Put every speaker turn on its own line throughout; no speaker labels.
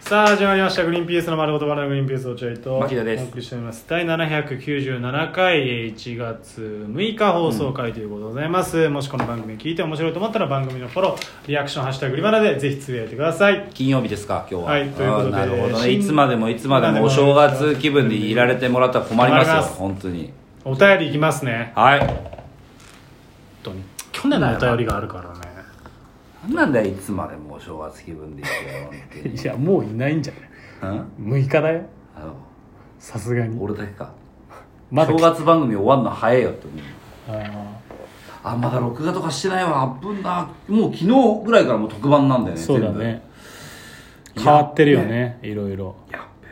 さあ始まりました「グリーンピースの丸ごとバナナグリーンピース落合」と
牧田です
お送りしております第797回えー1月6日放送回ということでございます、もしこの番組聞いて面白いと思ったら番組のフォローリアクション「ハッシュタググリバナ」でぜひつぶやいてください
金曜日ですか今日は
はいということで
あーなるほどね
新
いつまでもいつまでもお正月気分でいられてもらったら困りますよ
困ります
本当に
お便りいきますね
はい
本当に去年のお便りがあるからね
なんなんだよいつまでもお正月気分でいられて
いや もういないんじゃ
本当にうん
ない6日だよ
あの
さすがに
俺だけか
まだ
正月番組終わんの早いよって思う
あー
あまだ録画とかしてないわあっぶんだもう昨日ぐらいからもう特番なんだよね
そうだね変わってるよねいろいろ
全部やっべ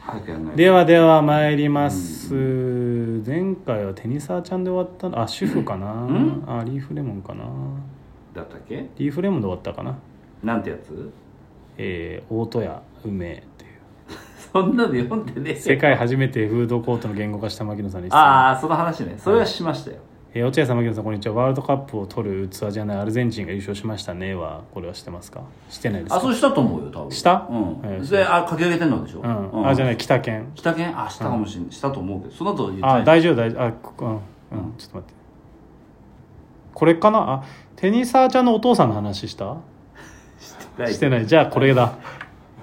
早くやんない
ではでは参ります、前回はテニサーちゃんで終わったのあ主婦かな、
ん
あリーフレモンかな
だったっけ
リーフレモンで終わったかな
なんてやつ
えー、大戸屋梅っていう
そんなの読んでねえ
世
よ
界初めてフードコートの言語化した牧野さんに質問
ああその話ねそれはしましたよ、
えー落合さん牧野さんこんにちはワールドカップを取る器じゃないアルゼンチンが優勝しましたねはこれはしてますかしてないです
あ
か
そうしたと思うよ多分
した
うん、
えー
それあ書き上げてんのでしょ、う
うんあじゃないい北県
北県あしたかもしれない、したと思うけどその後言ってない
あ大丈夫大丈夫あここうん、うん、ちょっと待ってこれかなあテニサーちゃんのお父さんの話した
してない
してないじゃあこれだ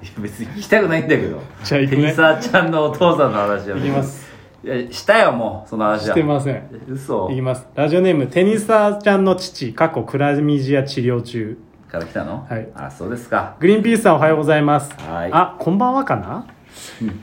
いや別に聞きたくないんだけど
じゃあ行く
テ
ね
ニサーちゃんのお父さんの話はね
いきます
いやしたよもうその話は
してません
嘘
いきますラジオネームテニサーちゃんの父過去クラミジア治療中
から来たの
はい
あそうですか
グリーンピースさんおはようございます
はい
あこんばんはかな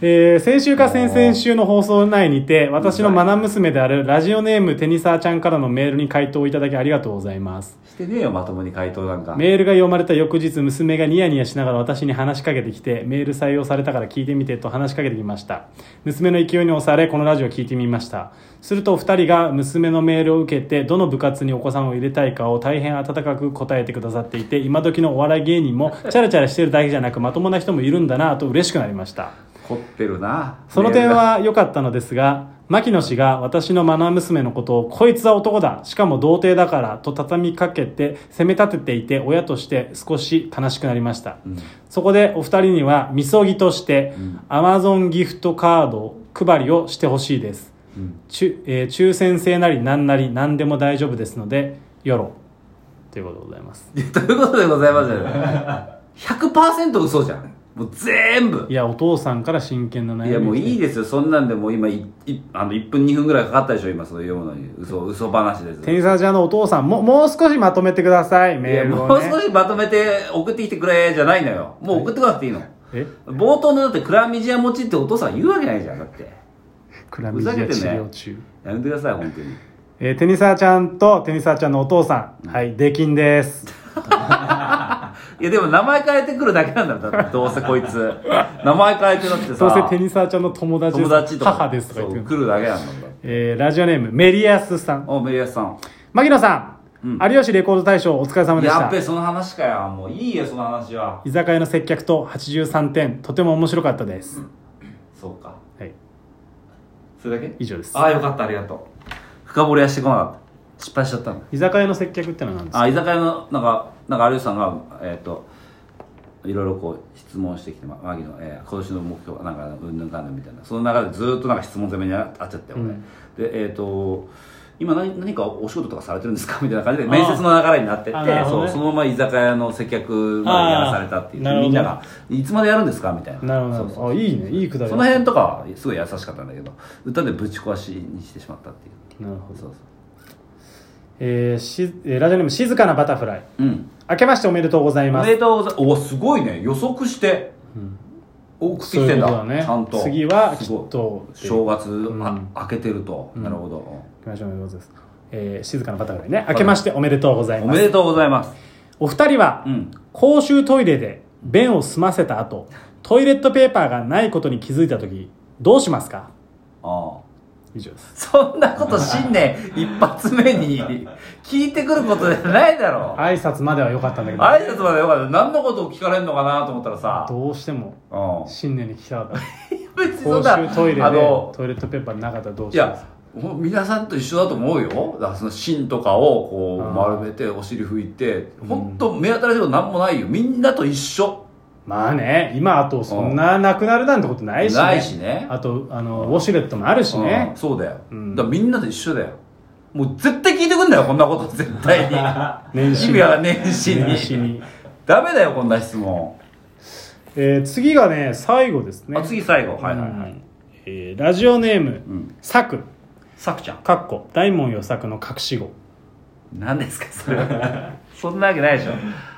えー先週か先々週の放送内にて私のマナ娘であるラジオネームテニサーちゃんからのメールに回答をいただきありがとうございます
してねえよまともに回答なんか
メールが読まれた翌日娘がニヤニヤしながら私に話しかけてきてメール採用されたから聞いてみてと話しかけてきました娘の勢いに押されこのラジオを聞いてみましたするとお二人が娘のメールを受けてどの部活にお子さんを入れたいかを大変温かく答えてくださっていて今時のお笑い芸人もチャラチャラしてるだけじゃなくまともな人もいるんだなと嬉しくなりました
凝ってるな
その点は良かったのですが、牧野氏が私のマナ娘のことを、こいつは男だ、しかも童貞だから、と畳みかけて、責め立てていて、親として少し悲しくなりました。
メールが
そこでお二人には、みそぎとして
うん、
アマゾンギフトカード配りをしてほしいです。
うん、うん
ちゅえー抽選制なり何なり何でも大丈夫ですので、よろ。ということでございます。
いやということでございま すよ100%嘘じゃんもう全部
いや、お父さんから真剣な悩み。
いやもういいですよそんなんでもう今いいあの1分2分ぐらいかかったでしょ今それ読むのに嘘嘘話です
テニサージャーのお父さんも、もう少しまとめてください、
い
メ
や
ール
も
を、
う
ね。
少しまとめて送ってきてくれじゃないのよもう送ってこなくていいの、
え
冒頭のだってクラミジア持ちってお父さん言うわけないじゃんだって
クラミジア治療中、
やめてください本当に
えーテニサーちゃんとテニサーちゃんのお父さん、はい出禁です
いやでも名前変えてくるだけなんだよだってどうせこいつ名前変えてだってさ
どうせテニサーちゃんの友達です
友達とか
母ですとか言って
そう
くる、
来るだけなんだ
えーラジオネームメリアスさん
おメリアスさん
牧野さん、
うん
有吉レコード大賞お疲れ様でし
や
た
っべその話かよもういいよその話は
居酒屋の接客と83点とても面白かったです、
そうか
はい、
それだけ
以上です
ああよかったありがとう深掘りはしてこなかった失敗しちゃったの
居酒屋の接客ってのは何ですか
あ居酒屋のなんかなんか有吉さんがえっ、といろいろこう質問してきてまマギの、えー今年の目標なんかうんぬんかんぬんみたいなその中でずーっとなんか質問攻めにああっちゃったよ、
うん
俺でえっ、と今何何かお仕事とかされてるんですかみたいな感じで面接の流れになってて、
あーなるほど
そ
ね
うそのまま居酒屋の接客までやらされたっていう
あーなるほど
みんなが「いつまでやるんですか?」みたいな
なるほどなる
そう
ほ
そう
どあいいねいいくだり
その辺とかはすごい優しかったんだけど歌でぶち壊しにしてしまったっていう
なるほど、
そう
えーしえーラジオネーム静かなバタフライ
そううん
明けましておめでとうござい
お
ま
め
す
でとうございますおすごいね予測して
うん
送って
そう
き
い
て
うんこと
だ
だね
ちゃんと
次はきっ
すごい
と
正月、
うん
あ開けてると、
うん
なるほど
行きましょうどうぞです、えー静かなバタフライね明けましておめでとうござい
お
ま
め
す
でとうございます
お二人は、
うん
公衆トイレで便を済ませた後トイレットペーパーがないことに気づいた時どうしますか
ああ
以上です
そんなこと新年一発目に聞いてくることじゃないだろう
挨拶までは良かったんだけど
挨拶までよかった何のことを聞かれるのかなと思ったらさ
どうしても
うん
新年に来たかった
別にそ
公
んな
衆トイレで
あの
トイレットペーパーなかったらどう
い
します
やほん皆さんと一緒だと思うよだからその芯とかをこう
あー
丸めてお尻拭いて本当目新しいこと何もないよみんなと一緒
まあね今あとそんななくなるなんてことないしね
ないしね
あとあのウォシュレットもあるしね
うんそうだよ、
うん
だからみんなと一緒だよもう絶対聞いてくんだよこんなこと絶対に
年始に
意味は年始に
年始に
ダメだよこんな質問、
えー次がね最後ですね
あ次最後はいはいは
う
い
んえーラジオネーム
うん
サク
さく、ちゃん
かっこ大門与作の隠し子
何ですか それそんなわけないでしょ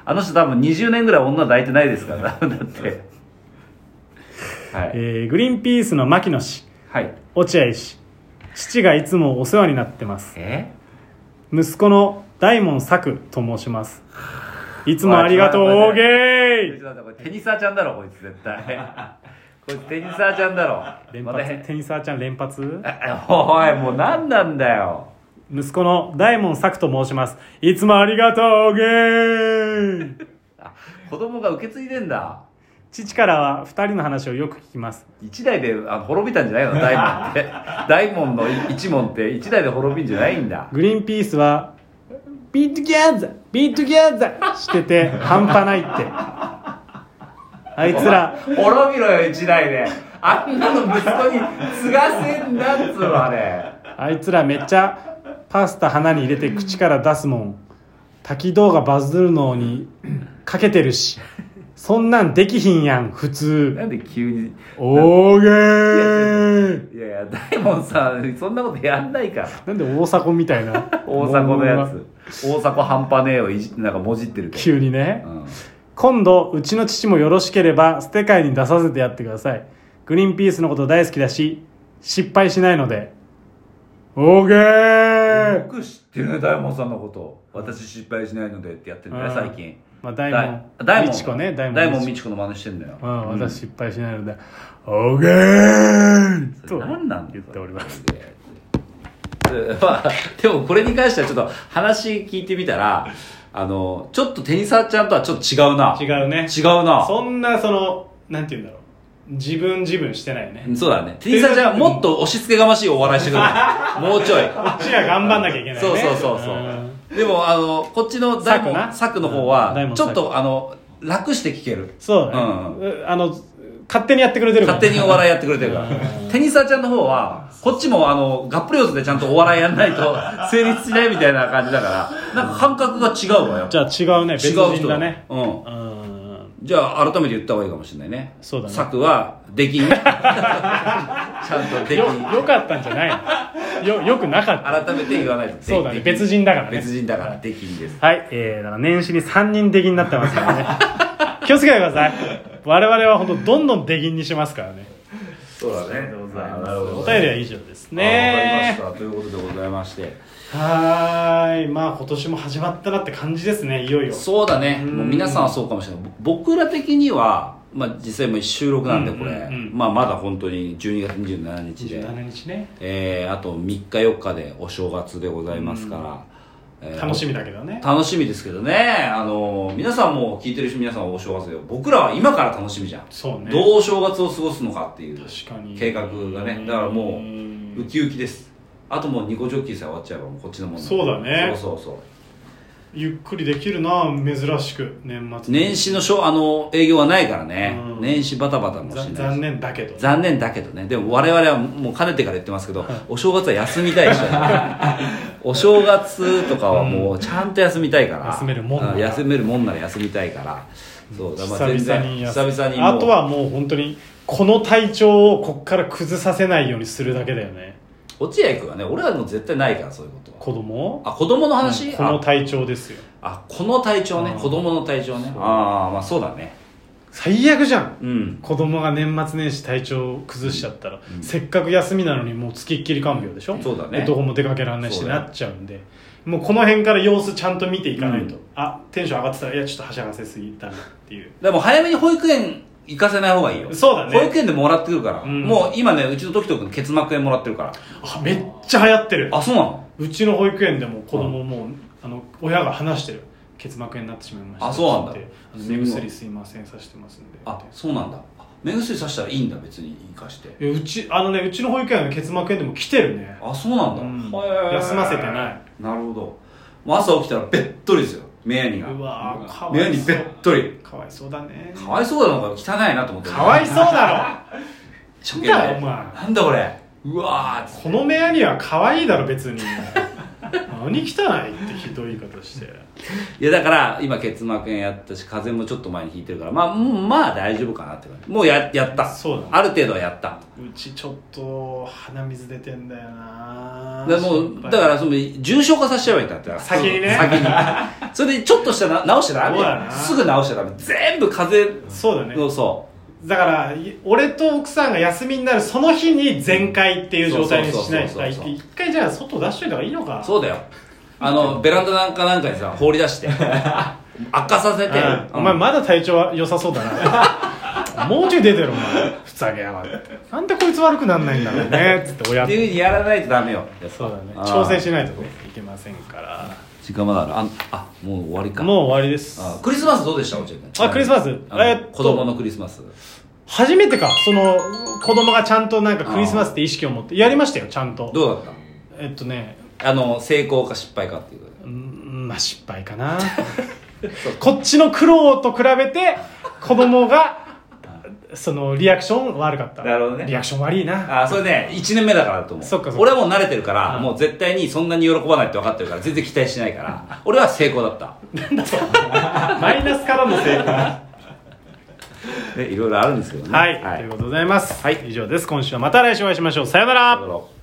あの人多分20年ぐらい女抱いてないですからだってはい、
えーグリーンピースの牧野氏
はい
落合氏父がいつもお世話になってます
え
息子の大門作と申しますいつもありがとう
おい
オーゲ
こい
ー
つなんだこれテニサーちゃんだろこいつ絶 対こいつテニサーちゃんだろ
連
またへ
発テニサーちゃん連発
おいもう何なんだよ
息子の大門作と申しますいつもありがとうオーゲー
あ子供が受け継いでんだ
父からは2人の話をよく聞きます
一代であの滅びたんじゃないの大門って 大門の一門って一代で滅びんじゃないんだ
グリーンピースは「ビートギャザービートギャザー」してて半端ないってあいつら
滅びろよ一代であんなの息子に継がせんだっつうのあれ
あいつらめっちゃパスタ鼻に入れて口から出すもん滝動画バズるのにかけてるしそんなんできひんやん普
な
通
んで急に
おーげー
いやいや大門さんそんなことやんないから
なんで大迫みたいな
大迫のや
文言が
つ大迫半端ねえをいじなんかもじってるけ
急にね
ど、うん、
今度うちの父もよろしければ捨て会に出させてやってくださいグリーンピースのこと大好きだし失敗しないのでオーゲ
よ
ー、
く知ってるね大門さんのこと私失敗しないのでってやってるんだよ
うん
最近
まあ、大門
大
美智子ね大
大
門
門
美
美
智
智子の真似してんだよ
子うん、私失敗しないのでオーゲー
それ何なんだ
言っております
でまあ、 でもこれに関してはちょっと話聞いてみたらあのちょっとテニサーちゃんとはちょっと違うな
違うね
違うなそ
そんなそのなんて言うんだろう自分自分してないよねこ
うだねテニサーちゃんはもっと押し付けがましいお笑いしてくる のもうちょい
っちが頑張んなきゃいけないね
そうそうそう
うん
そうでもあのこっちの大
柵な
門作の方
うん
は
大門
ち
柵
ょっとあの楽して聞ける
そうだね、あの勝手にやってくれてるから
勝手にお笑いやってくれてるからテニサーちゃんの方はこっちもあのがっぷり四つでちゃんとお笑いやんな いと成立しないみたいな感じだからなんか感覚が違うわよ
じゃあ違うね別
違う
人
人
だね
うん
うん
じゃあ改めて言った方がいいかもしれないね
そうだね
策はできん ちゃんとでき
よ
ん
よかったんじゃないのよよくなかった
改めて言わないとできん
そうだね別人だからね
別人だからできんです
はいえー、だから年始に3人出禁になってますから ね気をつけてください我々は本当どんどん出禁にしますからね
そうだねあなるほど
お便りは以上です
ね
ね
わかりましたということでございまして
はーいまあ今年も始まったなって感じですねいよいよ
そうだね
うん
もう皆さんはそうかもしれないぼ僕ら的にはまあ実際もう収録なんでこれ、
うんうんうん
まあまだ本当に12月27日で
17日ね
えー、あと3日4日でお正月でございますから、えー
楽しみだけどね
楽しみですけどね、あの皆さんも聞いてる人皆さんはお正月よ僕らは今から楽しみじゃん、
そうね
どうお正月を過ごすのかっていう
確かに
計画がねだからも
ん
うウキウキですあともうニコジョッキーさえ終わっちゃえばもうこっちのもんなんで
そうだね
そうそうそう
ゆっくりできるな珍しく年末
年始のショーあの営業はないからね、
うん
年始バタバタもしな
ざ
いし
残念だけど
残念だけどねでも我々はもうかねてから言ってますけどお正月は休みた いしお正月とかはもうちゃんと休みたいから
休めるもんなら
う休めるもんなら休みたいからそうだからまあ全
久々
然
に
久々にもう
あとはもう本当にこの体調をこっから崩させないようにするだけだよね
落合君はね俺はもう絶対ないからそういうこと
子供
はあ子供の話、
うんこの
あ
体調ですよ
あこの体調ね
うん
子供の体調ね
そう
ああまあそうだね
最悪じゃん
うん
子供が年末年始体調を崩しちゃったら、
うん
せっかく休みなのにもうつきっきり看病でしょ
そうだね
でどこも出かけられないし
そうだ
な
よ
っちゃうんでもうこの辺から様子ちゃんと見ていかないと、
うん
あテンション上がってたらいやちょっとはしゃがせすぎたなっていう
でも早めに保育園行かせない方がいいよ
そうだね
保育園でもらってくるから、
うん
もう今ねうちの時と君結膜炎もらってるから
あめっちゃ流行ってる
あそうなの
うちの保育園でも子供もう、あの親が話してる結膜炎になってしまいました
あそうなんだ
って言ってあの目薬すいませんさしてますんで
あ
って
そうなんだあ目薬さしたらいいんだ別に生かして
いやうちあのねうちの保育園の結膜炎でも来てるね
あそうなんだ、
うん
へー
休ませてない
なるほどもう朝起きたらべっとりですよメアニが
うわーかわ
メア
い
ニ
そ
べっとり
うかわいそうだね
かわいそうだなのか汚いなと思って
かわいそうだ
初見で
なんだよお前
なんだこれうわーっつっ
ろこの目アニは可愛いだろ別に何汚いってひどい言い方して
ていやだから今結膜炎やったし風邪もちょっと前に引いてるからまあうんまあ大丈夫かなって感じもうややった
そうだね
ある程度はやった
うちちょっと鼻水出てんだよな
だからもう
心
だ
配
からその重症化させちゃえばいいんだってだから
先にね
先にそれでちょっとしたら治しちゃダメ
そうだ
よ
な
すぐ治しちゃダメ全部風邪
そうだね
のそう
だからい俺と奥さんが休みになるその日に全開っていう状態にしない
そ
と
うそうそうそうそう
一回じゃあ外出しといた方がいいのか
そうだよあのベランダなんかなんかにさ放り出して 悪化させて、
うん
うん
お前まだ体調は良さそうだな もうちょい出てるお前ふざけやがってなんでこいつ悪くなんないんだろうねつって親
っていうふうにやらないとダメよ
そうだね
あー
調整しないとねいけませんから
時間まだあるああもう終わりか
もう終わりです
あクリスマスどうでしたおちくん
あクリスマス
あの
えっと
子供のクリスマス
初めてかその子供がちゃんとなんかクリスマスって意識を持ってやりましたよちゃんと
どうだっ
えっとね
たあの成功か失敗かっていう
うんまあ失敗かなこっちの苦労と比べて子供がそのリアクション悪かった
なるほどね
リアクション悪いな
あそれね1年目だからだと思う
そっかそっか
俺はもう慣れてるから、
うん
もう絶対にそんなに喜ばないって分かってるから全然期待しないから俺は成功 だった
マイナスからの正解
でいろいろあるんですけどね
はい、
は
とい
いう
ことでございます、はい、以上です今週はまた来週お会いしましょうさよなら
だから